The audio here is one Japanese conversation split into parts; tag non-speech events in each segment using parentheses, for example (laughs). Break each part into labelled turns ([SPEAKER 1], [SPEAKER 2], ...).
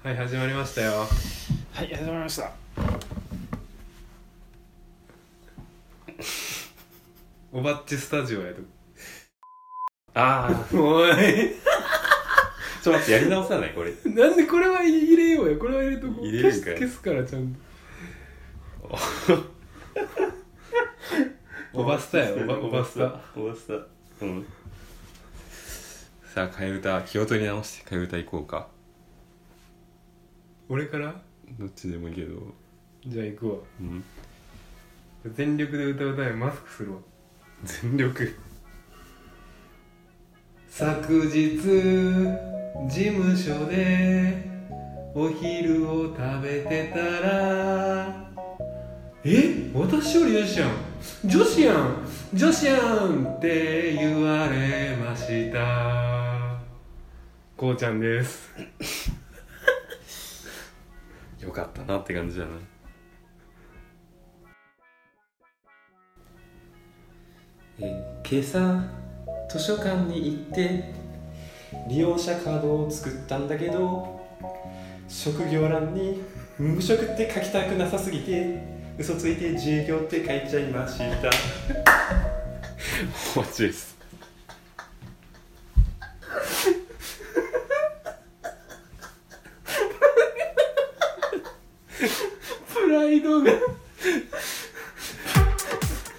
[SPEAKER 1] はい始まりましたよ
[SPEAKER 2] はい始まりました
[SPEAKER 1] おばっちスタジオやる
[SPEAKER 3] ああ、
[SPEAKER 1] おい
[SPEAKER 3] ちょっと待って、やり直さないこれ。
[SPEAKER 1] なんでこれは入れようよこれは入れとこう
[SPEAKER 3] 入れるん
[SPEAKER 1] 消
[SPEAKER 3] か
[SPEAKER 1] す
[SPEAKER 3] い
[SPEAKER 1] 消すからちゃんと (laughs) おばスタやお
[SPEAKER 3] (laughs)
[SPEAKER 1] ばおばスタ。
[SPEAKER 3] おばスタ。うん。さあ、替え歌、気を取り直して替え歌いこうか。
[SPEAKER 1] 俺から
[SPEAKER 3] どっちでもいいけど。
[SPEAKER 1] じゃあ行くわ
[SPEAKER 3] うん。
[SPEAKER 1] 全力で歌うためマスクするわ全力昨日事務所でお昼を食べてたらえ私より女子やん女子やん女子やんって言われましたこうちゃんです
[SPEAKER 3] よかったなって感じじゃないえー、今朝、図書館に行って、利用者カードを作ったんだけど、職業欄に無職って書きたくなさすぎて、嘘ついて自営業って書いちゃいました。マジです。
[SPEAKER 1] プライドが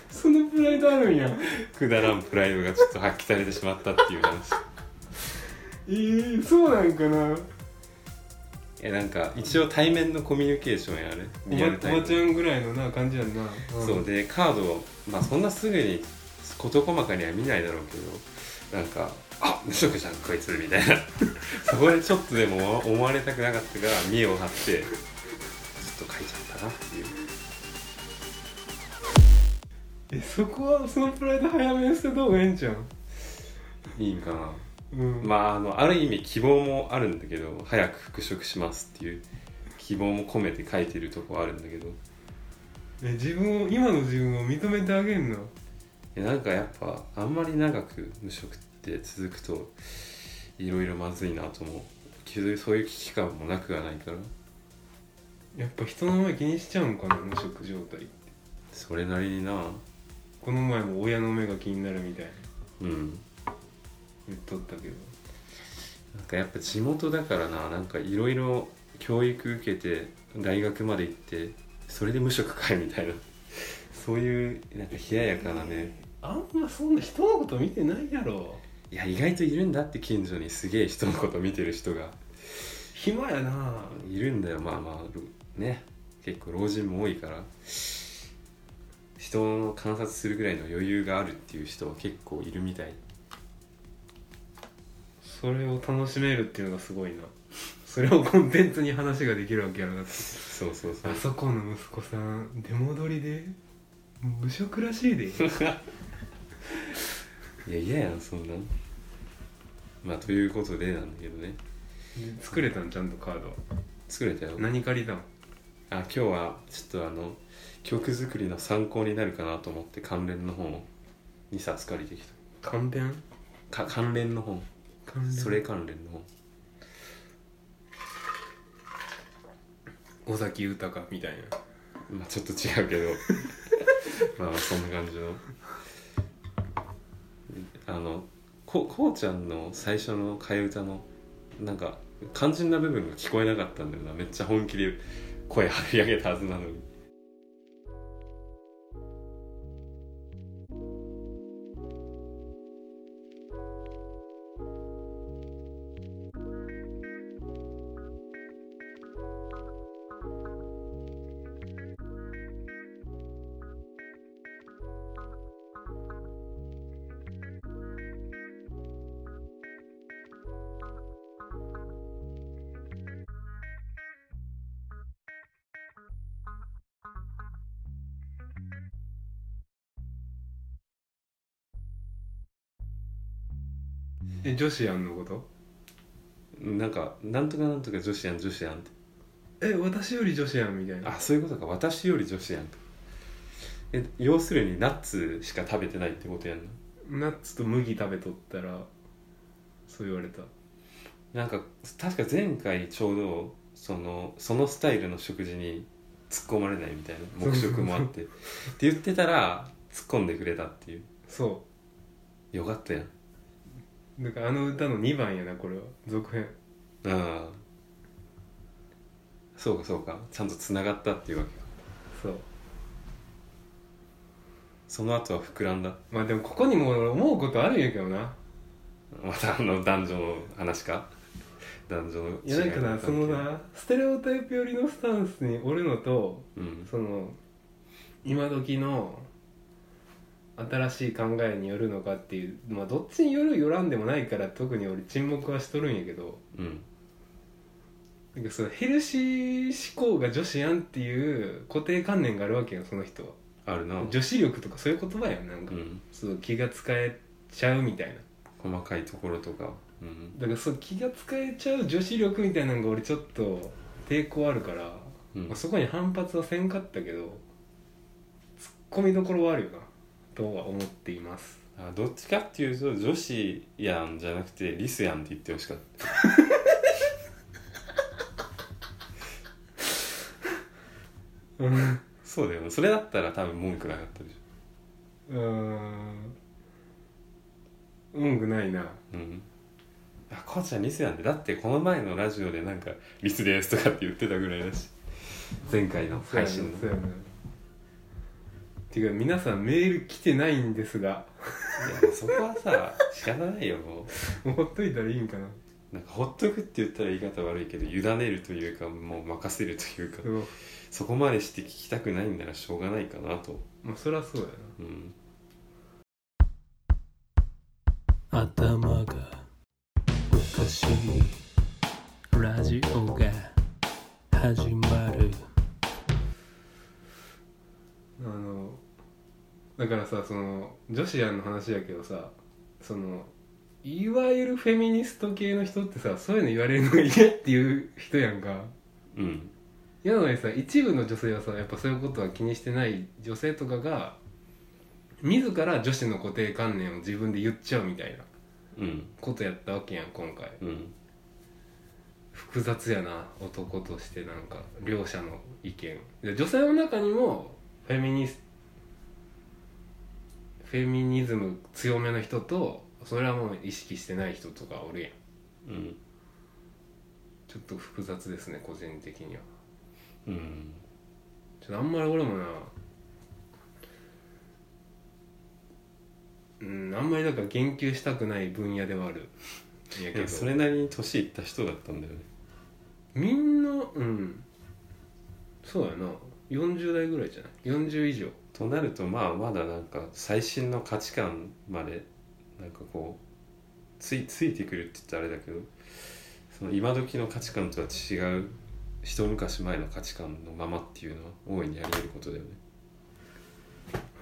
[SPEAKER 1] そのプライドあるんや
[SPEAKER 3] くだらんプライドがちょっと発揮されてしまったっていう話。
[SPEAKER 1] えー、そうなんかない
[SPEAKER 3] やなんか一応対面のコミュニケーションやあれ
[SPEAKER 1] おば
[SPEAKER 3] リアルタイ
[SPEAKER 1] おばち
[SPEAKER 3] ム
[SPEAKER 1] ゃんぐらいのな感じやんな、ん
[SPEAKER 3] そうでカードをまあそんなすぐに事細かには見ないだろうけどなんか「あ無職じゃんこいつ」みたいな (laughs) そこでちょっとでも思われたくなかったから見栄を張ってちょっと書いちゃったなっていう
[SPEAKER 1] えそこはそのプライド早めに捨てた方がええんちゃう
[SPEAKER 3] いいんかな
[SPEAKER 1] うん
[SPEAKER 3] まああのある意味希望もあるんだけど早く復職しますっていう希望も込めて書いてるとこあるんだけど
[SPEAKER 1] え自分を今の自分を認めてあげんの
[SPEAKER 3] いやなんかやっぱあんまり長く無職って続くといろいろまずいなと思う気づいそういう危機感もなくはないから
[SPEAKER 1] やっぱ人の前気にしちゃうんかな無職状態って
[SPEAKER 3] それなりにな
[SPEAKER 1] この前も親の目が気になるみたいな
[SPEAKER 3] うん
[SPEAKER 1] 言っとったけど
[SPEAKER 3] なんかやっぱ地元だからななんかいろいろ教育受けて大学まで行ってそれで無職かいみたいな (laughs) そういうなんか冷ややかなね
[SPEAKER 1] あんまそんな人のこと見てないやろ
[SPEAKER 3] いや意外といるんだって近所にすげえ人のこと見てる人が
[SPEAKER 1] 暇やない
[SPEAKER 3] るんだよまあまあね結構老人も多いから人の観察するぐらいの余裕があるっていう人は結構いるみたい
[SPEAKER 1] それを楽しめるっていうのがすごいなそれをコンテンツに話ができるわけやろだって
[SPEAKER 3] そうそうそう
[SPEAKER 1] あそこの息子さん出戻りで無職らしいで
[SPEAKER 3] (laughs) いやいややんそんなんまあということでなんだけどね
[SPEAKER 1] 作れたんちゃんとカードは
[SPEAKER 3] 作れたよ
[SPEAKER 1] 何借りたん
[SPEAKER 3] あ今日はちょっとあの曲作りの参考になるかなと思って関連の本を2冊借りてき
[SPEAKER 1] 関連
[SPEAKER 3] たか関連の本
[SPEAKER 1] 関連
[SPEAKER 3] それ関連の本
[SPEAKER 1] 尾崎豊みたいな
[SPEAKER 3] まあちょっと違うけど (laughs) まあまあそんな感じのあのここうちゃんの最初の替え歌のなんか肝心な部分が聞こえなかったんだよなめっちゃ本気で声張り上げたはずなのに
[SPEAKER 1] え女子やんのこと
[SPEAKER 3] なんかなんとかなんとか女子やん女子やんって
[SPEAKER 1] え私より女子やんみたいな
[SPEAKER 3] あそういうことか私より女子やんとえ要するにナッツしか食べてないってことやんな
[SPEAKER 1] ナッツと麦食べとったらそう言われた
[SPEAKER 3] なんか確か前回ちょうどそのそのスタイルの食事に突っ込まれないみたいな黙食も
[SPEAKER 1] (laughs)
[SPEAKER 3] あってって言ってたら突っ込んでくれたっていう
[SPEAKER 1] そ
[SPEAKER 3] よかったやん
[SPEAKER 1] うなんかあの歌の2番やなこれは続編
[SPEAKER 3] ああそうかそうかちゃんとつながったっていうわけか
[SPEAKER 1] そう
[SPEAKER 3] その後は膨らんだ
[SPEAKER 1] まあでもここにも俺思うことあるんやけどな
[SPEAKER 3] またあの男女の話か男女の違
[SPEAKER 1] いやなんかな
[SPEAKER 3] 関係
[SPEAKER 1] そのなステレオタイプ寄りのスタンスにおるのと
[SPEAKER 3] うん
[SPEAKER 1] その今時の新しい考えによるのかっていうまあどっちによるよらんでもないから特に俺沈黙はしとるんやけど
[SPEAKER 3] うん
[SPEAKER 1] なんかそのヘルシー思考が女子やんっていう固定観念があるわけよその人は
[SPEAKER 3] あるな
[SPEAKER 1] 女子力とかそういう言葉やんなんか、
[SPEAKER 3] うん
[SPEAKER 1] そう気が使えちゃうみたいな
[SPEAKER 3] 細かいところとかうん
[SPEAKER 1] だからそう気が使えちゃう女子力みたいなのが俺ちょっと抵抗あるから、
[SPEAKER 3] うん
[SPEAKER 1] まあ、そこに反発はせんかったけどツッコミどころはあるよなとは思っています
[SPEAKER 3] あどっちかっていうと女子やんじゃなくてリスやんって言ってほしかった
[SPEAKER 1] うん
[SPEAKER 3] そうだよねそれだったら多分文句なかったでし
[SPEAKER 1] うん文句ないな
[SPEAKER 3] ょうんあこうちゃんリスやんでだってこの前のラジオでなんか「リスです」とかって言ってたぐらいだし前回の配信の
[SPEAKER 1] そうやなそうやなていうか皆さんメール来てないんですが (laughs)
[SPEAKER 3] いやそこはさ仕方ないよも
[SPEAKER 1] もうほっといたらいいんかな
[SPEAKER 3] うなんかほっとくって言ったら言い方悪いけど委ねるというかもう任せるというか
[SPEAKER 1] そう
[SPEAKER 3] そこまでして聞きたくないんならしょうがないかなと
[SPEAKER 1] まあそりゃそうや
[SPEAKER 3] うん
[SPEAKER 1] な頭がおかしいラジオが始まるあのだからさその女子やんの話やけどさそのいわゆるフェミニスト系の人ってさそういうの言われるのが嫌っていう人やんか
[SPEAKER 3] うん
[SPEAKER 1] やのにさ一部の女性はさやっぱそういうことは気にしてない女性とかが自ら女子の固定観念を自分で言っちゃうみたいな
[SPEAKER 3] うん
[SPEAKER 1] ことやったわけやん今回
[SPEAKER 3] うん
[SPEAKER 1] 複雑やな男としてなんか両者の意見で女性の中にもフェミニスフェミニズム強めの人とそれはもう意識してない人とかおるやん
[SPEAKER 3] うん
[SPEAKER 1] ちょっと複雑ですね個人的には
[SPEAKER 3] うん
[SPEAKER 1] ちょっとあんまり俺もなうんあんまりだから言及したくない分野ではあるんや
[SPEAKER 3] い
[SPEAKER 1] け
[SPEAKER 3] や
[SPEAKER 1] ど
[SPEAKER 3] それなりに年いった人だったんだよね
[SPEAKER 1] みんなうんそうやな40代ぐらいじゃない40以上
[SPEAKER 3] となるとまあまだなんか最新の価値観までなんかこうついついてくるって言ったらあれだけどその今時の価値観とは違う一昔前の価値観のままっていうのは大いにあり得ることだよね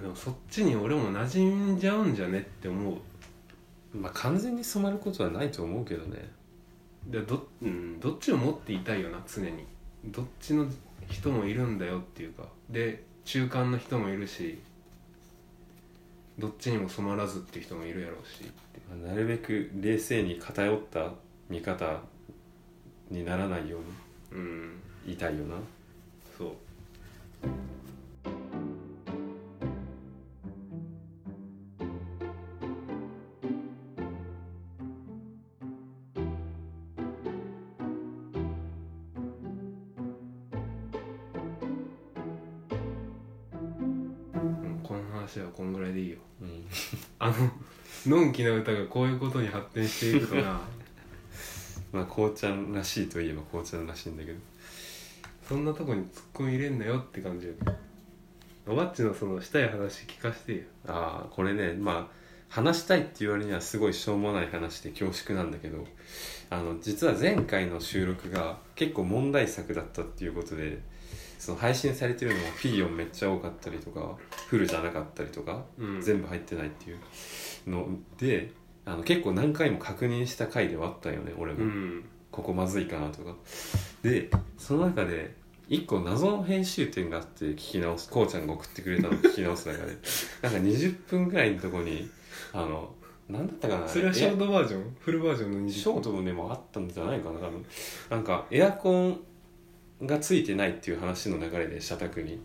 [SPEAKER 1] でもそっちに俺も馴染んじゃうんじゃねって思う
[SPEAKER 3] まあ完全に染まることはないと思うけどね
[SPEAKER 1] でど,、うん、どっちを持っていたいよな常にどっちの人もいるんだよっていうかで中間の人もいるしどっちにも染まらずっていう人もいるやろうしって
[SPEAKER 3] まあなるべく冷静に偏った見方にならないよう
[SPEAKER 1] うん
[SPEAKER 3] にいたいよな
[SPEAKER 1] そううんこの話はこんぐらいでいいよ
[SPEAKER 3] うん
[SPEAKER 1] あののんきな歌がこういうことに発展していくと (laughs) な
[SPEAKER 3] まあこうちゃんらしいといえばこうちゃんらしいんだけど
[SPEAKER 1] そんなとこにツッコミ入れんなよって感じよおばっちのそのしたい話聞かせてよ
[SPEAKER 3] ああこれねまあ話したいって言われにはすごいしょうもない話で恐縮なんだけどあの実は前回の収録が結構問題作だったっていうことでその配信されてるのもフィギ音めっちゃ多かったりとかフルじゃなかったりとか
[SPEAKER 1] うん
[SPEAKER 3] 全部入ってないっていうのであの結構何回も確認した回ではあったよね俺も、
[SPEAKER 1] うん
[SPEAKER 3] ここまずいかなとかでその中で一個謎の編集点があって聞き直すこうちゃんが送ってくれたのを聞き直す中でなんか20分ぐらいのとこにあの何だったかな
[SPEAKER 1] それはショー
[SPEAKER 3] え
[SPEAKER 1] トバージョンフルバージョンの20
[SPEAKER 3] ショートもねもうあったんじゃないかな多分なんかエアコンがついてないっていう話の流れで社宅
[SPEAKER 1] (laughs)
[SPEAKER 3] に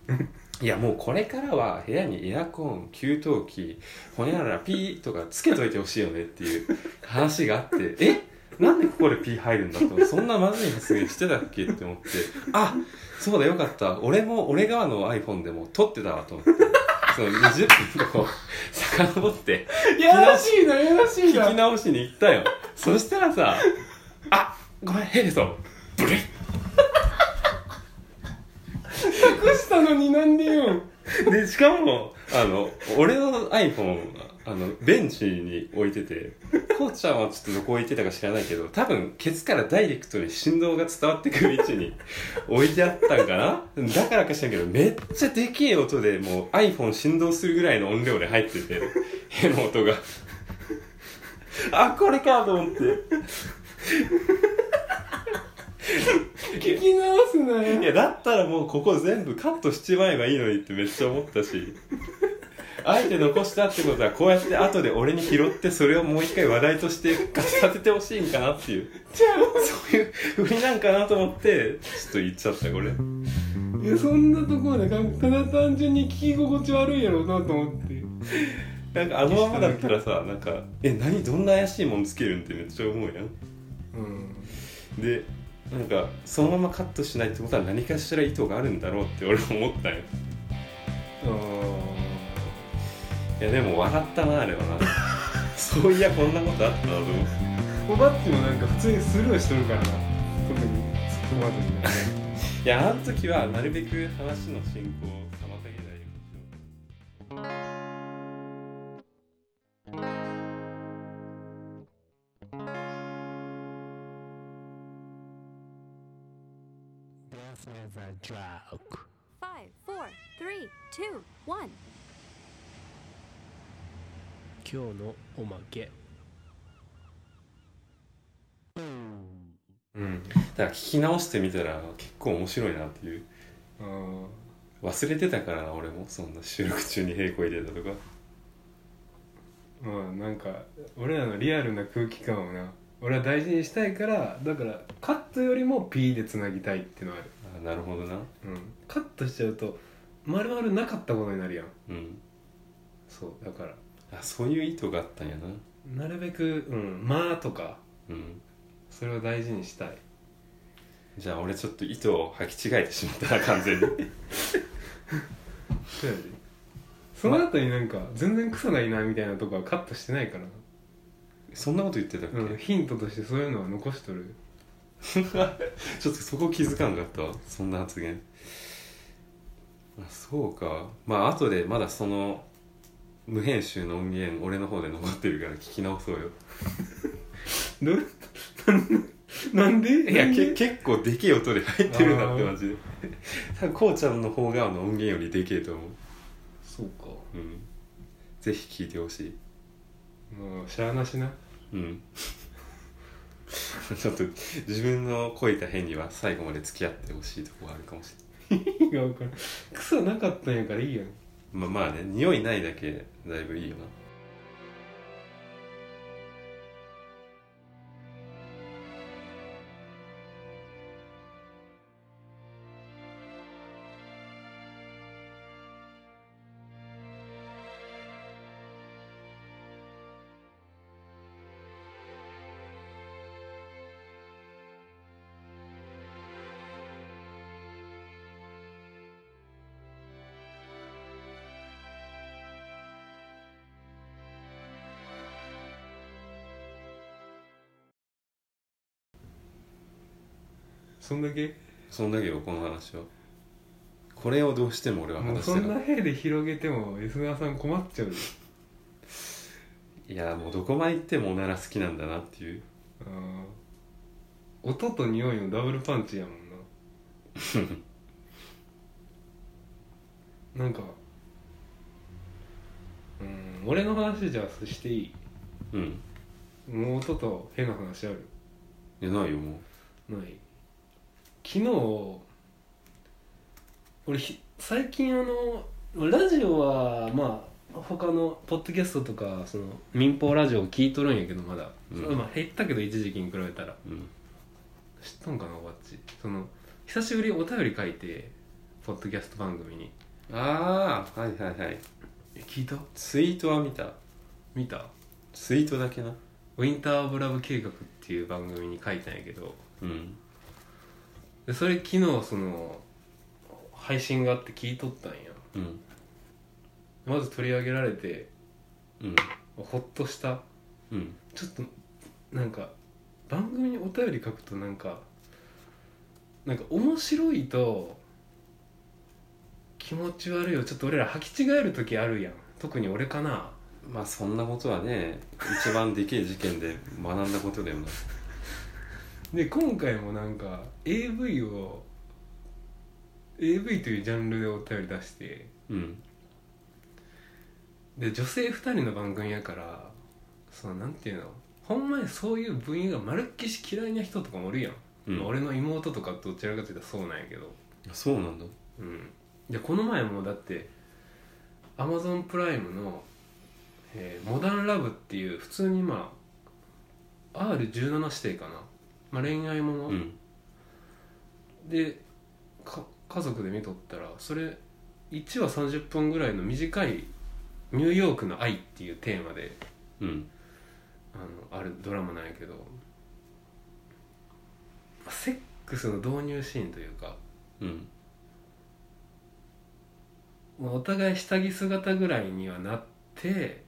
[SPEAKER 3] いやもうこれからは部屋にエアコン給湯器ほにゃららピーとかつけといてほしいよねっていう話があって (laughs) えなんでここでピー入るんだとそんなまずい発言してたっけって思ってあそうだよかった俺も俺側の iPhone でも撮ってたわと思ってその20分こう (laughs) 遡って
[SPEAKER 1] やらしいなやらしい
[SPEAKER 3] 聞き
[SPEAKER 1] な
[SPEAKER 3] 直しに行ったよそしたらさ「あごめんヘルソンブリッ!」
[SPEAKER 1] 隠したのになんでよ
[SPEAKER 3] でしかもあの俺の iPhone あのベンチに置いててこうちゃんはちょっとどこ置いてたか知らないけど多分ケツからダイレクトに振動が伝わってくる位置に置いてあったんかなだからか知らんけどめっちゃでけえ音でもう iPhone 振動するぐらいの音量で入ってて変な音があこれかと思って
[SPEAKER 1] 聞き直すないよ
[SPEAKER 3] やだったらもうここ全部カットしちまえばいいのにってめっちゃ思ったしあえて残したってことはこうやって後で俺に拾ってそれをもう一回話題として活立ててほしいんかなっていう
[SPEAKER 1] じゃ
[SPEAKER 3] そういうふりなんかなと思ってちょっと言っちゃったこれ
[SPEAKER 1] あいやそんなとこまでかただ単純に聞き心地悪いやろうなと思って
[SPEAKER 3] なんかあのままだったらさなんか「え何どんな怪しいもんつけるん?」ってめっちゃ思うやん
[SPEAKER 1] うん
[SPEAKER 3] でなんかそのままカットしないってことは何かしら意図があるんだろうって俺思ったんよ
[SPEAKER 1] あ
[SPEAKER 3] いやでも笑ったなあれはな (laughs) そういやこんなことあったなと思って。
[SPEAKER 1] ーおばっちもなんか普通にスルーしとるからな特に突っ込まずにね
[SPEAKER 3] いやあの時はなるべく話の進行を妨げないようにしよ
[SPEAKER 2] Five, four, three, two, one.
[SPEAKER 4] 今日のおまけ
[SPEAKER 3] う、うん、だから聞き直してみたら結構面白いなっていう
[SPEAKER 1] うん
[SPEAKER 3] 忘れてたからな俺もそんな収録中に平行入れたとか
[SPEAKER 1] まあなんか俺らのリアルな空気感をな俺は大事にしたいからだからカットよりも P でつなぎたいってのある、
[SPEAKER 3] あなるほどな
[SPEAKER 1] うん、カットしちゃうと丸々なかったことになるやん
[SPEAKER 3] うん
[SPEAKER 1] そうだから
[SPEAKER 3] あそういう意図があったんやな
[SPEAKER 1] なるべく「うん、まあ」とか
[SPEAKER 3] うん
[SPEAKER 1] それを大事にしたい
[SPEAKER 3] じゃあ俺ちょっと意図を履き違えてしまったな完全に (laughs)
[SPEAKER 1] そうやでその後になんか全然クソないなみたいなとこはカットしてないからな、
[SPEAKER 3] そんなこと言ってたっけ、
[SPEAKER 1] うん、ヒントとしてそういうのは残しとる
[SPEAKER 3] ちょっとそこ気づかんかったわそんな発言あそうかまああとでまだその無編集の音源俺の方で残ってるから聞き直そうよ
[SPEAKER 1] どう (laughs) なんで
[SPEAKER 3] いや
[SPEAKER 1] なんで
[SPEAKER 3] け結構でけえ音で入ってるなって
[SPEAKER 1] あー
[SPEAKER 3] マジで多分こうちゃんの方側の音源よりでけえと思う
[SPEAKER 1] そうか
[SPEAKER 3] うんぜひ聞いてほしい
[SPEAKER 1] もうしゃあなしな
[SPEAKER 3] うん (laughs) ちょっと自分のこいた変には最後まで付き合ってほしいとこがあるかもしれない
[SPEAKER 1] 意味が分からんクソなかったんやからいいやん
[SPEAKER 3] まあまあね匂いないだけだいぶいいよな
[SPEAKER 1] そんだけ
[SPEAKER 3] そんだけよこの話はこれをどうしても俺は
[SPEAKER 1] もう
[SPEAKER 3] 話し
[SPEAKER 1] そ
[SPEAKER 3] て
[SPEAKER 1] ん
[SPEAKER 3] な
[SPEAKER 1] ない兵で広げてもリスナーさん困っちゃうよ
[SPEAKER 3] いやもうどこまで行ってもおなら好きなんだなっていう
[SPEAKER 1] あー音と匂いのダブルパンチやもん
[SPEAKER 3] (laughs)
[SPEAKER 1] ななんかうん俺の話じゃあしてい
[SPEAKER 3] うん
[SPEAKER 1] いもう音と変な話ある
[SPEAKER 3] いやないよも
[SPEAKER 1] ない昨日俺ひ最近あのラジオはまあ他のポッドキャストとかその民放ラジオを聞いとるんやけどまだ、
[SPEAKER 3] うん
[SPEAKER 1] それまあ減ったけど一時期に比べたら
[SPEAKER 3] ううん
[SPEAKER 1] 知っとんかなおばっちその久しぶりにお便り書いてポッドキャスト番組に
[SPEAKER 3] ああはいはいはい
[SPEAKER 1] え聞いた
[SPEAKER 3] ツイートは見た
[SPEAKER 1] 見た
[SPEAKER 3] ツイートだけな
[SPEAKER 1] 「ウィンター・オブ・ラブ計画」っていう番組に書いたんやけど
[SPEAKER 3] うん
[SPEAKER 1] でそれ昨日その配信があって聞いとったんや
[SPEAKER 3] うん
[SPEAKER 1] まず取り上げられて
[SPEAKER 3] うん
[SPEAKER 1] ほっとした
[SPEAKER 3] うん
[SPEAKER 1] ちょっとなんか番組にお便り書くとなんかなんか面白いと気持ち悪いをちょっと俺ら履き違える時あるやん特に俺かな
[SPEAKER 3] まあそんなことはね一番でけえ事件で学んだことだよな
[SPEAKER 1] で今回もなんか AV を AV というジャンルでお便り出して
[SPEAKER 3] うん
[SPEAKER 1] で女性2人の番組やからそのなんていうのほんまにそういう分野がまるっきし嫌いな人とかもおるやん、
[SPEAKER 3] うん
[SPEAKER 1] まあ俺の妹とかどちらかというとそうなんやけど
[SPEAKER 3] そうなんだ
[SPEAKER 1] うんでこの前もだってアマゾンプライムの、えーモダンラブ」っていう普通にまあ R17 指定かな、まあ、恋愛もの、
[SPEAKER 3] うん
[SPEAKER 1] でか家族で見とったらそれ1話30分ぐらいの短い「ニューヨークの愛」っていうテーマで
[SPEAKER 3] うん
[SPEAKER 1] あのあるドラマなんやけどまあセックスの導入シーンというか
[SPEAKER 3] うん
[SPEAKER 1] もうお互い下着姿ぐらいにはなって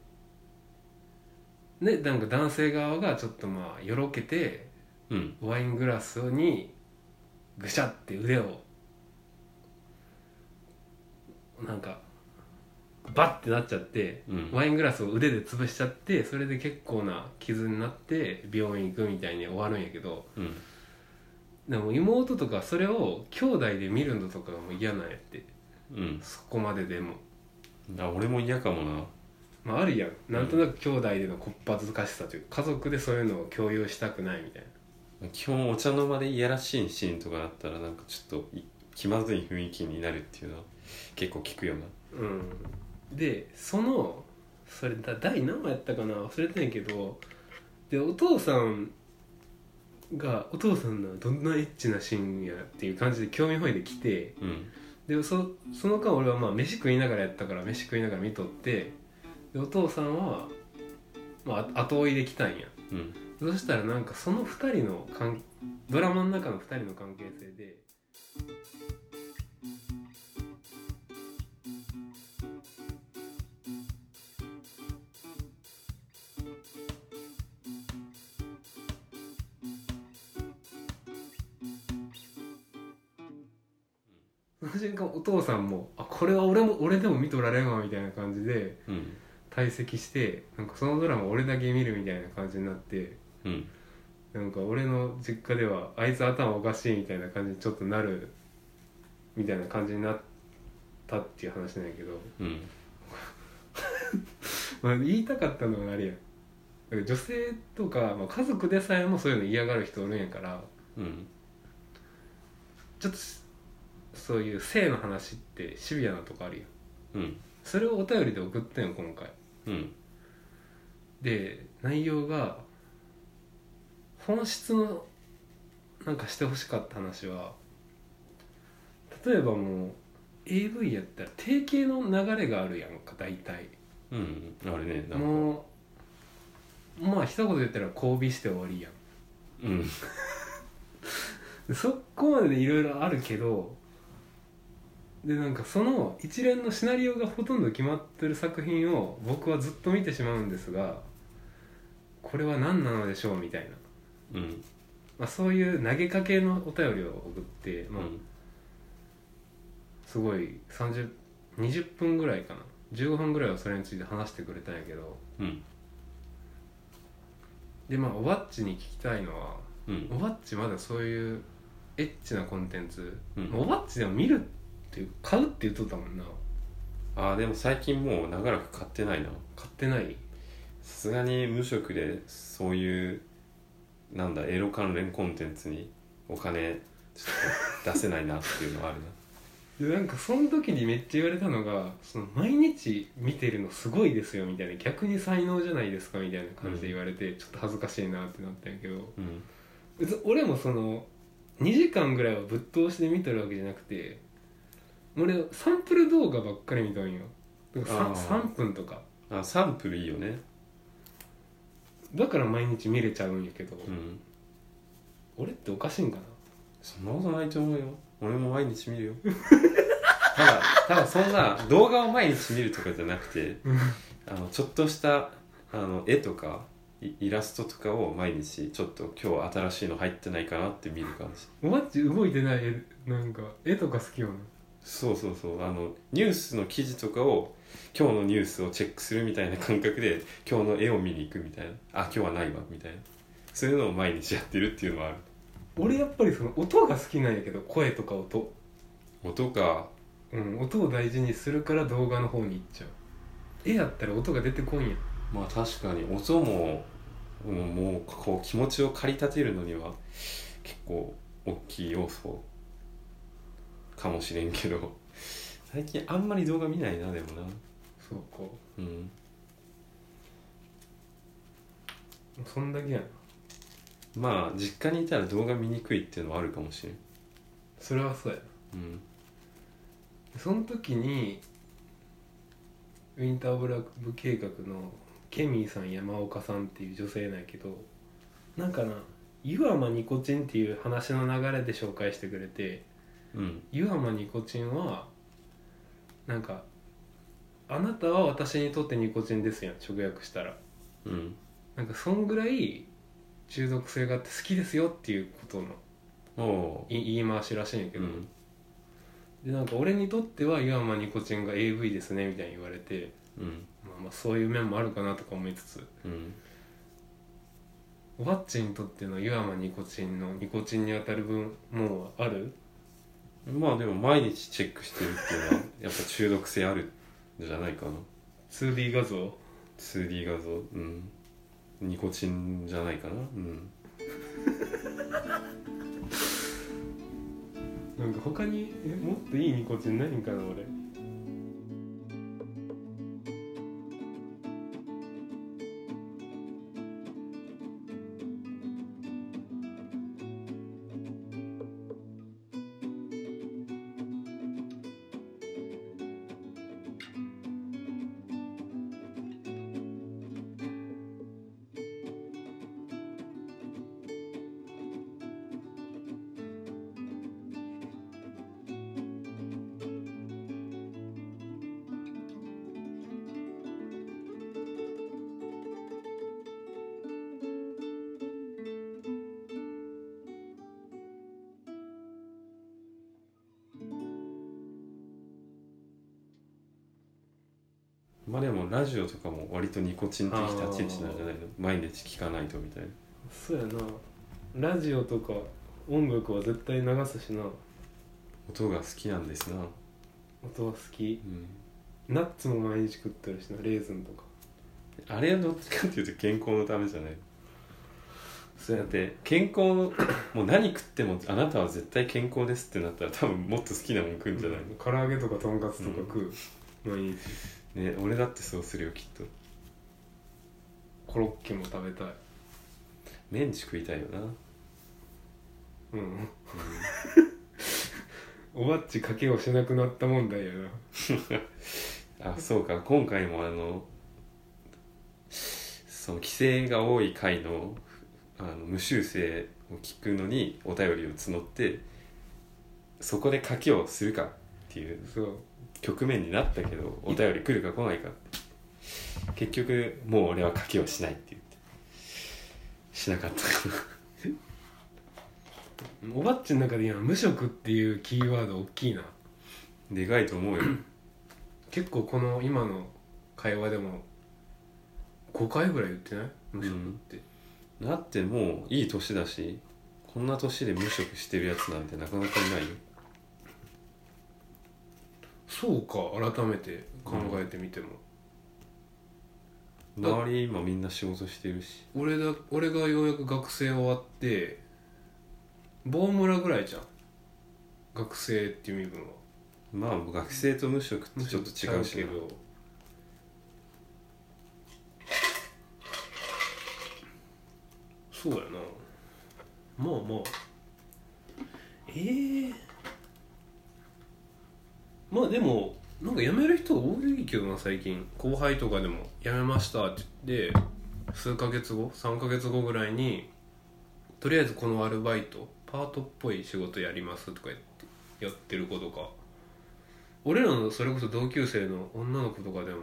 [SPEAKER 1] でなんか男性側がちょっとまあよろけて
[SPEAKER 3] うん
[SPEAKER 1] ワイングラスにぐしゃって腕をなんかバッてなっちゃって、
[SPEAKER 3] うん
[SPEAKER 1] ワイングラスを腕で潰しちゃってそれで結構な傷になって病院行くみたいに終わるんやけど
[SPEAKER 3] うん
[SPEAKER 1] でも妹とかそれを兄弟で見るのとかがもう嫌なんやって
[SPEAKER 3] うん
[SPEAKER 1] そこまででも、
[SPEAKER 3] あ俺も嫌かもな
[SPEAKER 1] まあ、あるやんなんとなく兄弟でのこっぱずかしさというか家族でそういうのを共有したくないみたいな
[SPEAKER 3] 基本お茶の間でいやらしいシーンとかだったらなんかちょっとい気まずい雰囲気になるっていうのは結構聞くよな
[SPEAKER 1] うん、でそのそれだ第何話やったかな忘れてないけどでお父さんがお父さんのどんなエッチなシーンやっていう感じで興味本位で来て
[SPEAKER 3] うん
[SPEAKER 1] でそその間俺はまあ飯食いながらやったから飯食いながら見とってでお父さんは、まあ、あ後追いで来たんや
[SPEAKER 3] うん
[SPEAKER 1] そしたらなんかその2人の関ドラマの中の2人の関係性でその瞬間お父さんも「あこれは俺も俺でも見とられんわ」みたいな感じで
[SPEAKER 3] うん
[SPEAKER 1] 退席してなんかそのドラマ俺だけ見るみたいな感じになって
[SPEAKER 3] うん
[SPEAKER 1] なんか俺の実家ではあいつ頭おかしいみたいな感じにちょっとなるみたいな感じになったっていう話なんやけど、
[SPEAKER 3] うん
[SPEAKER 1] まあ、言いたかったのはあれやんだから女性とか、まあ、家族でさえもそういうの嫌がる人おるんやから
[SPEAKER 3] うん
[SPEAKER 1] ちょっとしそういう性の話ってシビアなとこあるやん
[SPEAKER 3] うん
[SPEAKER 1] それをお便りで送ってんよ今回
[SPEAKER 3] うん
[SPEAKER 1] で内容が本質のなんかしてほしかった話は例えばもう AV やったら定型の流れがあるやんか大体
[SPEAKER 3] うんあれねなんか
[SPEAKER 1] もうまあ一言で言ったら交尾して終わりやん
[SPEAKER 3] うん
[SPEAKER 1] でそこまでいろいろあるけどでなんかその一連のシナリオがほとんど決まってる作品を僕はずっと見てしまうんですがこれは何なのでしょうみたいな
[SPEAKER 3] うん
[SPEAKER 1] まあ、そういう投げかけのお便りを送って、
[SPEAKER 3] う
[SPEAKER 1] まあ、
[SPEAKER 3] ん
[SPEAKER 1] すごい30 20分ぐらいかな15分ぐらいはそれについて話してくれたんやけど
[SPEAKER 3] うん
[SPEAKER 1] でまあおばっちに聞きたいのは
[SPEAKER 3] うん
[SPEAKER 1] おばっちまだそういうエッチなコンテンツ、
[SPEAKER 3] うん
[SPEAKER 1] まあおばっちでも見るっていう買うって言っとったもんな
[SPEAKER 3] ああでも最近もう長らく買ってないな
[SPEAKER 1] 買ってない
[SPEAKER 3] さすがに無職でそういうなんだエロ関連コンテンツにお金ちょっと出せないなっていうのはあるな
[SPEAKER 1] でなんかその時にめっちゃ言われたのがその毎日見てるのすごいですよみたいな逆に才能じゃないですかみたいな感じで言われて、ちょっと恥ずかしいなってなったんやけど
[SPEAKER 3] うん
[SPEAKER 1] 別に俺もその2時間ぐらいはぶっ通しで見とるわけじゃなくて俺サンプル動画ばっかり見とんよだから
[SPEAKER 3] あー
[SPEAKER 1] 3, 分とか
[SPEAKER 3] あサンプルいいよね
[SPEAKER 1] だから毎日見れちゃうんやけど、
[SPEAKER 3] うん
[SPEAKER 1] 俺っておかしいんかな
[SPEAKER 3] そんなことないと思うよ俺も毎日見るよただただそんな動画を毎日見るとかじゃなくてあのちょっとしたあの絵とかイイラストとかを毎日ちょっと今日新しいの入ってないかなって見る感じ
[SPEAKER 1] マッチ動いてない絵なんか絵とか好きよね
[SPEAKER 3] そうそうそうあのニュースの記事とかを今日のニュースをチェックするみたいな感覚で今日の絵を見に行くみたいなあ今日はないわみたいなそういうのを毎日やってるっていうのはある
[SPEAKER 1] 俺やっぱりその音が好きなんやけど声とか音
[SPEAKER 3] 音か
[SPEAKER 1] うん音を大事にするから動画の方に行っちゃう絵やったら音が出てこんやん
[SPEAKER 3] まあ確かに音も、うん、もうこう気持ちを駆り立てるのには結構大きい要素かもしれんけど (laughs) 最近あんまり動画見ないなでもな
[SPEAKER 1] そうこ
[SPEAKER 3] うん
[SPEAKER 1] うそんだけやな
[SPEAKER 3] まあ実家にいたら動画見にくいっていうのはあるかもしれん
[SPEAKER 1] それはそうやな
[SPEAKER 3] うん
[SPEAKER 1] その時にウィンターブラック計画のケミーさん山岡さんっていう女性なんやけどなんかな「湯浜ニコチン」っていう話の流れで紹介してくれて
[SPEAKER 3] うん
[SPEAKER 1] 湯浜ニコチンはなんか「あなたは私にとってニコチンですやん」直訳したら
[SPEAKER 3] うん
[SPEAKER 1] なんかそんぐらい中毒性があって好きですよっていうことの
[SPEAKER 3] おお
[SPEAKER 1] い言い回しらしいんやけ
[SPEAKER 3] う
[SPEAKER 1] ど、
[SPEAKER 3] ん
[SPEAKER 1] でなんか俺にとっては湯浜ニコチンが AV ですねみたいに言われて
[SPEAKER 3] うん
[SPEAKER 1] まあ、まあそういう面もあるかなとか思いつつ
[SPEAKER 3] うん
[SPEAKER 1] ワッチにとっての湯山ニコチンのニコチンに当たる分もうある
[SPEAKER 3] まあでも毎日チェックしてるっていうのは (laughs) やっぱ中毒性あるんじゃないかな
[SPEAKER 1] 2D 画像
[SPEAKER 3] 2D 画像うんニコチンじゃないかなうん
[SPEAKER 1] なんか他にえもっといいニコチンないんかな俺
[SPEAKER 3] まあでもラジオとかも割とニコチン的立ち位置なんじゃないの毎日聞かないとみたいな
[SPEAKER 1] そうやなラジオとか音楽は絶対流すしな
[SPEAKER 3] 音が好きなんですな
[SPEAKER 1] 音は好き
[SPEAKER 3] うん
[SPEAKER 1] ナッツも毎日食ってるしなレーズンとか
[SPEAKER 3] あれはどっちかっていうと健康のためじゃない
[SPEAKER 1] そう
[SPEAKER 3] だって健康の (coughs) もう何食ってもあなたは絶対健康ですってなったら多分もっと好きなもん食うんじゃないの、
[SPEAKER 1] 唐揚げとかとんかつとか食う、毎日
[SPEAKER 3] ね俺だってそうするよきっと
[SPEAKER 1] コロッケも食べたい
[SPEAKER 3] メンチ食いたいよな
[SPEAKER 1] うん、 (laughs) おばっち賭けをしなくなった問題やな
[SPEAKER 3] あそうか今回もあのその規制が多い回のあの無修正を聞くのにお便りを募ってそこで賭けをするかっていう
[SPEAKER 1] そう
[SPEAKER 3] 局面になったけどお便り来るか来ないかって結局もう俺は賭けをしないって言ってしなかったか
[SPEAKER 1] おばっちの中で今無職っていうキーワード大きいな
[SPEAKER 3] なでかいと思うよ
[SPEAKER 1] 結構この今の会話でも5回ぐらい言ってない無職って、
[SPEAKER 3] だってもういい年だしこんな年で無職してるやつなんてなかなかいないよ
[SPEAKER 1] そうか改めて考えてみても、
[SPEAKER 3] 周り今みんな仕事してるし
[SPEAKER 1] 俺だ俺がようやく学生終わって棒村ぐらいじゃん学生っていう身分は
[SPEAKER 3] まあ学生と無職ってちょっと違うしな
[SPEAKER 1] そうやなまあまあえー、まあでもなんか辞める人多いけどな最近後輩とかでも辞めましたって言って数ヶ月後3ヶ月後ぐらいにとりあえずこのアルバイトパートっぽい仕事やりますとか言ってやってる子とか俺らのそれこそ同級生の女の子とかでも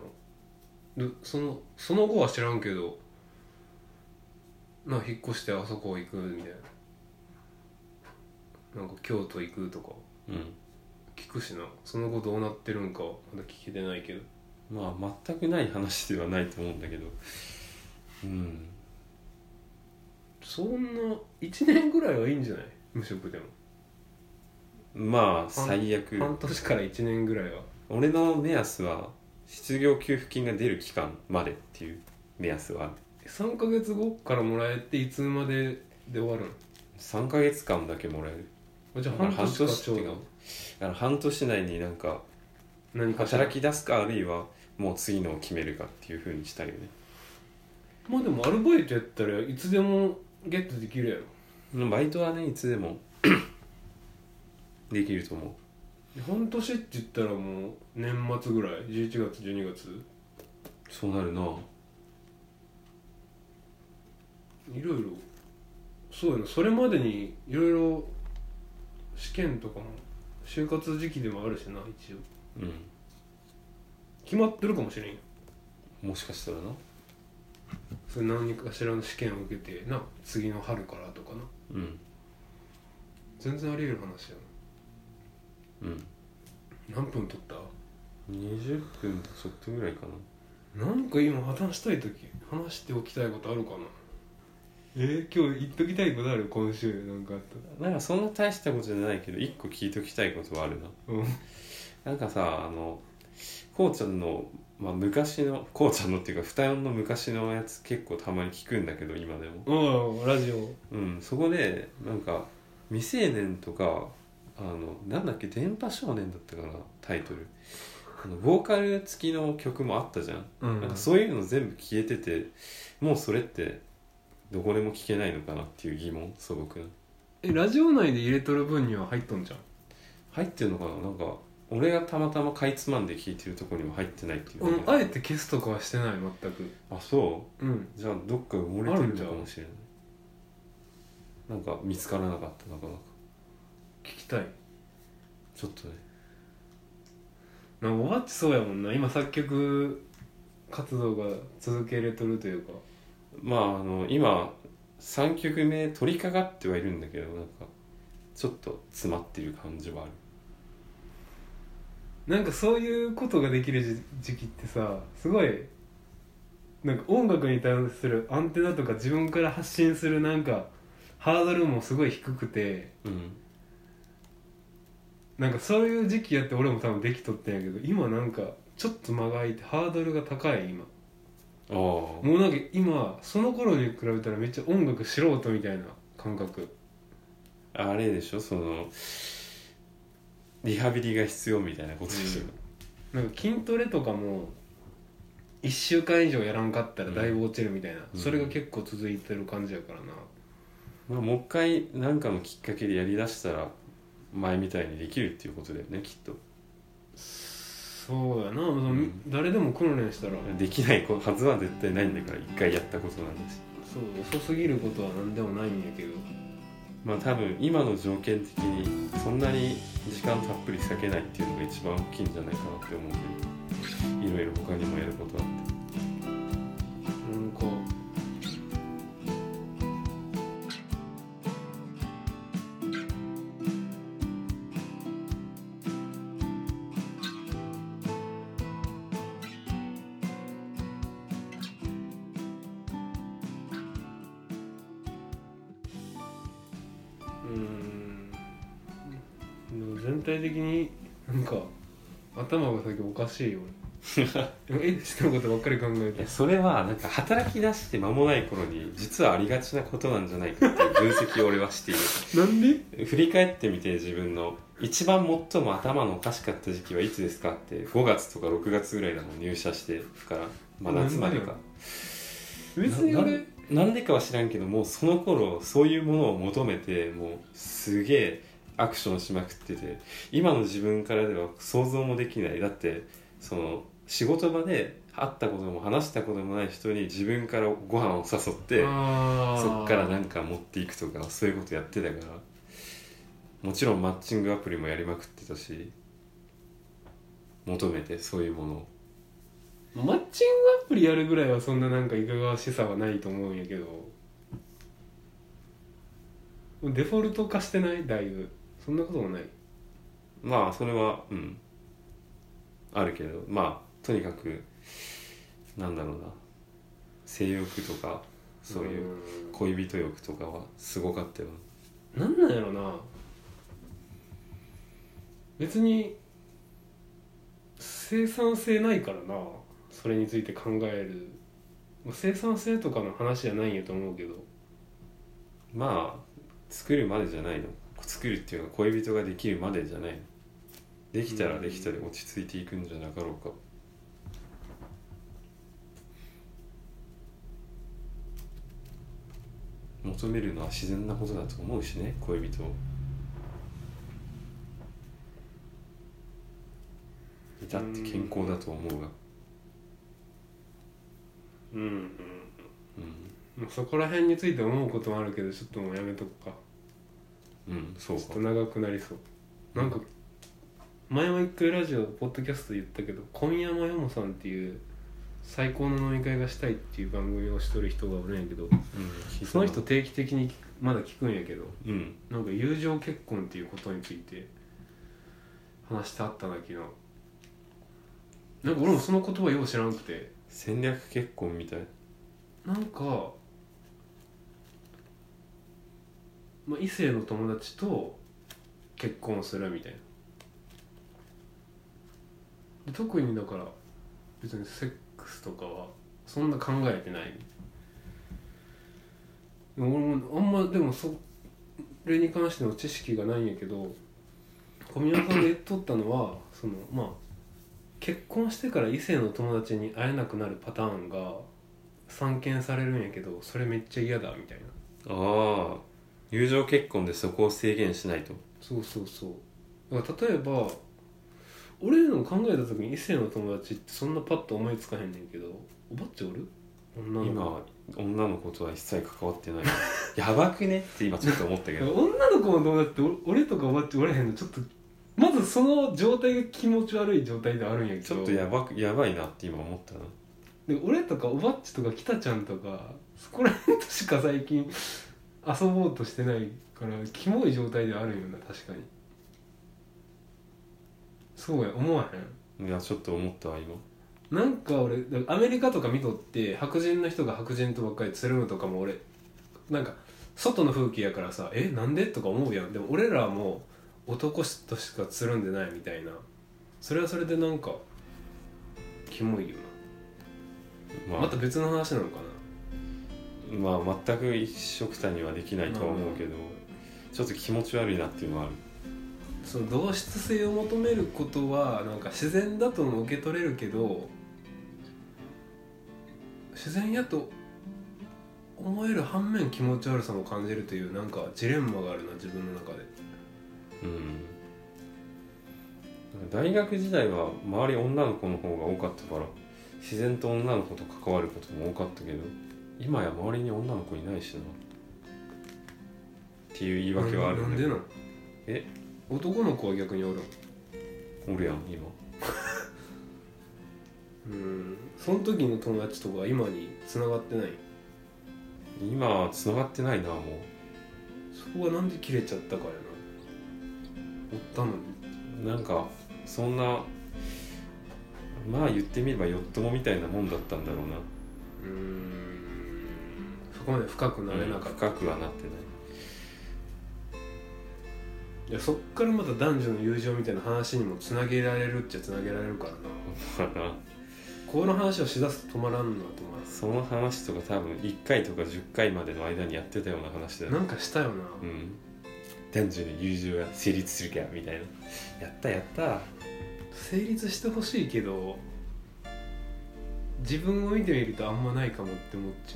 [SPEAKER 1] でそのその後は知らんけどなんか引っ越してあそこ行くみたいななんか京都行くとか
[SPEAKER 3] うん
[SPEAKER 1] 聞くしなその後どうなってるんかはまだ聞けてないけど
[SPEAKER 3] まあ全くない話ではないと思うんだけどうん
[SPEAKER 1] そんな1年ぐらいはいいんじゃない無職でも
[SPEAKER 3] まあ最悪
[SPEAKER 1] 半年から1年ぐらいは
[SPEAKER 3] 俺の目安は失業給付金が出る期間までっていう目安はある
[SPEAKER 1] 3ヶ月後からもらえていつまでで終わるの
[SPEAKER 3] 3ヶ月間だけもらえる
[SPEAKER 1] あじゃあ
[SPEAKER 3] だから
[SPEAKER 1] 半年かちょ
[SPEAKER 3] 半
[SPEAKER 1] う
[SPEAKER 3] 年って
[SPEAKER 1] ど
[SPEAKER 3] かだから半年内になんか
[SPEAKER 1] 何かしら
[SPEAKER 3] 働き出すかあるいはもう次のを決めるかっていうふうにしたいよね
[SPEAKER 1] まあでもアルバイトやったらいつでもゲットできるやろ
[SPEAKER 3] バイトはねいつでも (coughs) できると思う
[SPEAKER 1] 半年って言ったらもう年末ぐらい11月12月
[SPEAKER 3] そうなるない
[SPEAKER 1] ろいろそうやなそれまでにいろいろ試験とかも就活時期でもあるしな一応
[SPEAKER 3] うん
[SPEAKER 1] 決まってるかもしれんよ
[SPEAKER 3] もしかしたらな
[SPEAKER 1] それ何かしらの試験を受けてな次の春からとかな
[SPEAKER 3] うん
[SPEAKER 1] 全然あり得る話や
[SPEAKER 3] うん
[SPEAKER 1] な何分取った
[SPEAKER 3] 20分ちょっとぐらいかな
[SPEAKER 1] なんか今話したい時話しておきたいことあるかなえー、今日言っときたいことある今週なんかあっ
[SPEAKER 3] なんかそんな大したことじゃないけど一個聞いときたいことはあるな
[SPEAKER 1] たうん
[SPEAKER 3] なんかさあのこうちゃんの、まあ、昔のこうちゃんのっていうか二人の昔のやつ結構たまに聞くんだけど今でも
[SPEAKER 1] おうラジオ
[SPEAKER 3] うんそこでなんか未成年とかあのなんだっけ電波少年だったかなタイトルあのボーカル付きの曲もあったじゃん,、
[SPEAKER 1] うん
[SPEAKER 3] なんかそういうの全部消えててもうそれってどこでも聞けないのかなっていう疑問素朴な
[SPEAKER 1] えラジオ内で入れとる分には入っとんじゃん
[SPEAKER 3] 入ってるのかななんか俺がたまたまかいつまんで聞いてるとこにも入ってないっていうだけ
[SPEAKER 1] うん、あえて消すとかはしてない全く
[SPEAKER 3] あそう
[SPEAKER 1] うん
[SPEAKER 3] じゃあどっか埋もれてるのかもしれないなんか見つからなかったなかなか
[SPEAKER 1] 聞きたい
[SPEAKER 3] ちょっとね
[SPEAKER 1] なんかおばっちそうやもんな今作曲活動が続けれとるというか
[SPEAKER 3] まああの今3曲目取り掛かってはいるんだけどなんかちょっと詰まってる感じはある
[SPEAKER 1] なんかそういうことができる時時期ってさすごいなんか音楽に対するアンテナとか自分から発信するなんかハードルもすごい低くて
[SPEAKER 3] うん
[SPEAKER 1] なんかそういう時期やって俺も多分できとったんやけど今なんかちょっと間が空いてハードルが高い今
[SPEAKER 3] ああ
[SPEAKER 1] もうなんか今その頃に比べたらめっちゃ音楽素人みたいな感覚
[SPEAKER 3] あれでしょそのリハビリが必要みたいなことでしょ、
[SPEAKER 1] なんか筋トレとかも1週間以上やらんかったらだいぶ落ちるみたいな、
[SPEAKER 3] うん
[SPEAKER 1] それが結構続いてる感じやからな、
[SPEAKER 3] まあ、もう一回何かのきっかけでやりだしたら前みたいにできるっていうことだよねきっと
[SPEAKER 1] そうやな、その
[SPEAKER 3] ん
[SPEAKER 1] 誰でも訓練したら
[SPEAKER 3] できないはずは絶対ないんだから一回やったことなんだし
[SPEAKER 1] そう遅すぎることは何でもないんやけど
[SPEAKER 3] まあ多分今の条件的にそんなに時間たっぷり割けないっていうのが一番大きいんじゃないかなって思うけどいろいろ他にもやることあって
[SPEAKER 1] なんかうーんでも全体的になんか頭が先おかしい (laughs) よ俺エッチなことばっかり考え
[SPEAKER 3] い
[SPEAKER 1] て
[SPEAKER 3] やそれはなんか働き出して間もない頃に実はありがちなことなんじゃないかっていう分析を俺はしている
[SPEAKER 1] なんで
[SPEAKER 3] 振り返ってみて自分の一番最も頭のおかしかった時期はいつですかって5月とか6月ぐらいなの入社してからまあ夏までか
[SPEAKER 1] 別に俺
[SPEAKER 3] ななんでかは知らんけどもうその頃そういうものを求めてもうすげえアクションしまくってて今の自分からでは想像もできないだってその仕事場で会ったことも話したこともない人に自分からご飯を誘って
[SPEAKER 1] あー
[SPEAKER 3] そっからなんか持っていくとかそういうことやってたからもちろんマッチングアプリもやりまくってたし求めてそういうものを
[SPEAKER 1] マッチングアプリやるぐらいはそんななんかいかがわしさはないと思うんやけどデフォルト化してないだいぶそんなこともない
[SPEAKER 3] まあそれはうんあるけどまあとにかくなんだろうな性欲とかそういう
[SPEAKER 1] う
[SPEAKER 3] 恋人欲とかはすごかったよ
[SPEAKER 1] んなんなんやろな別に生産性ないからなそれについて考える、まあ、生産性とかの話じゃないんやと思うけど
[SPEAKER 3] まあ作るまでじゃないの作るっていうか恋人ができるまでじゃないのできたらできたで落ち着いていくんじゃなかろうか求めるのは自然なことだと思うしね恋人をだって健康だと思うが
[SPEAKER 1] うん
[SPEAKER 3] う
[SPEAKER 1] うんまあそこら辺について思うこともあるけどちょっともうやめとくか
[SPEAKER 3] ん、うん、そう
[SPEAKER 1] ちょっ
[SPEAKER 3] か
[SPEAKER 1] と長くなりそうなんか前も一回ラジオポッドキャストで言ったけど今夜もよもさんっていう最高の飲み会がしたいっていう番組をしとる人がおるんやけど
[SPEAKER 3] うん聞いたな
[SPEAKER 1] その人定期的にまだ聞くんやけど
[SPEAKER 3] うん
[SPEAKER 1] なんか友情結婚っていうことについて話してあったな昨日なんか俺もその言葉よう知らなくて
[SPEAKER 3] 戦略結婚みたい
[SPEAKER 1] なんか、まあ、異性の友達と結婚するみたいなで特にだから別にセックスとかはそんな考えてないでも俺もあんまでもそれに関しての知識がないんやけど小宮山さんが言っとったのはそのまあ結婚してから異性の友達に会えなくなるパターンが散見されるんやけどそれめっちゃ嫌だみたいな
[SPEAKER 3] ああ友情結婚でそこを制限しないと
[SPEAKER 1] そうそうそうだから例えば俺らの考えた時に異性の友達ってそんなパッと思いつかへんねんけどおばっちおる女の
[SPEAKER 3] 今
[SPEAKER 1] 子
[SPEAKER 3] は女の子とは一切関わってない (laughs) やばくねって今ちょっと思った (laughs) けど
[SPEAKER 1] 女の子の友達ってお俺とかおばっちおれへんのちょっとまずその状態が気持ち悪い状態ではあるんやけど
[SPEAKER 3] ちょっとやばくやばいなって今思ったな
[SPEAKER 1] で俺とかおばっちとかきたちゃんとかそこら辺としか最近遊ぼうとしてないからキモい状態ではあるよな確かにそうや思わへん
[SPEAKER 3] いやちょっと思ったわ今
[SPEAKER 1] なんか俺だからアメリカとか見とって白人の人が白人とばっかりつるむとかも俺なんか外の風景やからさ「えなんで?」とか思うやんでも俺らはもう男としかつるんでないみたいなそれはそれでなんかキモいよな
[SPEAKER 3] まあ
[SPEAKER 1] また別の話なのかな
[SPEAKER 3] まあ、全く一緒くたにはできないとは思うけど、ちょっと気持ち悪いなっていうのはある
[SPEAKER 1] その同質性を求めることはなんか自然だとも受け取れるけど自然やと思える反面気持ち悪さも感じるというなんかジレンマがあるな自分の中で
[SPEAKER 3] うん大学時代は周り女の子の方が多かったから自然と女の子と関わることも多かったけど今や周りに女の子いないしなっていう言い訳はある
[SPEAKER 1] なん
[SPEAKER 3] だ
[SPEAKER 1] ん
[SPEAKER 3] け
[SPEAKER 1] で
[SPEAKER 3] ど
[SPEAKER 1] なん
[SPEAKER 3] え
[SPEAKER 1] 男の子は逆におるん
[SPEAKER 3] おるやん今
[SPEAKER 1] うんその時の友達とか今に繋がってない
[SPEAKER 3] 今は繋がってないなも
[SPEAKER 1] そこはなんで切れちゃったかやなおったのに
[SPEAKER 3] うなんかそんなまあ言ってみればよっともみたいなもんだったんだろう
[SPEAKER 1] う
[SPEAKER 3] な
[SPEAKER 1] んそこまで深くなれなかった、
[SPEAKER 3] 深くはなってない (laughs)
[SPEAKER 1] いやそっからまた男女の友情みたいな話にもつなげられるっちゃつなげられるからな
[SPEAKER 3] まあな
[SPEAKER 1] この話をしだすと止まらんなと思います
[SPEAKER 3] その話とか多分1回とか10回までの間にやってたような話だよ
[SPEAKER 1] なんかしたよな、
[SPEAKER 3] うん男女の友情が成立するかみたいなやったやった
[SPEAKER 1] 成立してほしいけど自分を見てみるとあんまないかもって思っち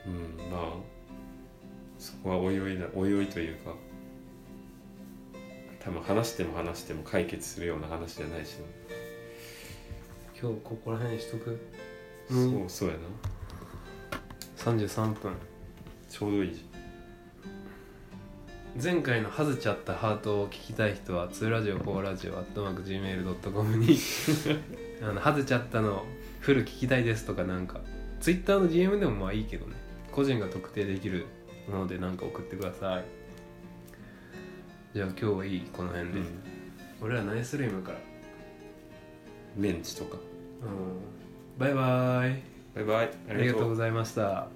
[SPEAKER 1] ゃ
[SPEAKER 3] うんまあそこはおいおいだおいおいというか
[SPEAKER 1] う
[SPEAKER 3] 多分話しても話しても解決するような話じゃないしね、
[SPEAKER 1] 今日ここら辺にしとく
[SPEAKER 3] そうそうやな
[SPEAKER 1] 33分
[SPEAKER 3] ちょうどいいじ
[SPEAKER 1] 前回のハズちゃったハートを聞きたい人は2ラジオ4ラジオアットマーク Gmail.com にあのハズちゃったのフル聞きたいですとかなんか Twitter の GM でもまあいいけどね個人が特定できるのでなんか送ってくださいじゃあ今日はいいこの
[SPEAKER 3] ゃ
[SPEAKER 1] 辺
[SPEAKER 3] ん、
[SPEAKER 1] で、俺ら何する今から
[SPEAKER 3] メンチとか
[SPEAKER 1] バイバイ
[SPEAKER 3] バイバイ
[SPEAKER 1] ありがとうございました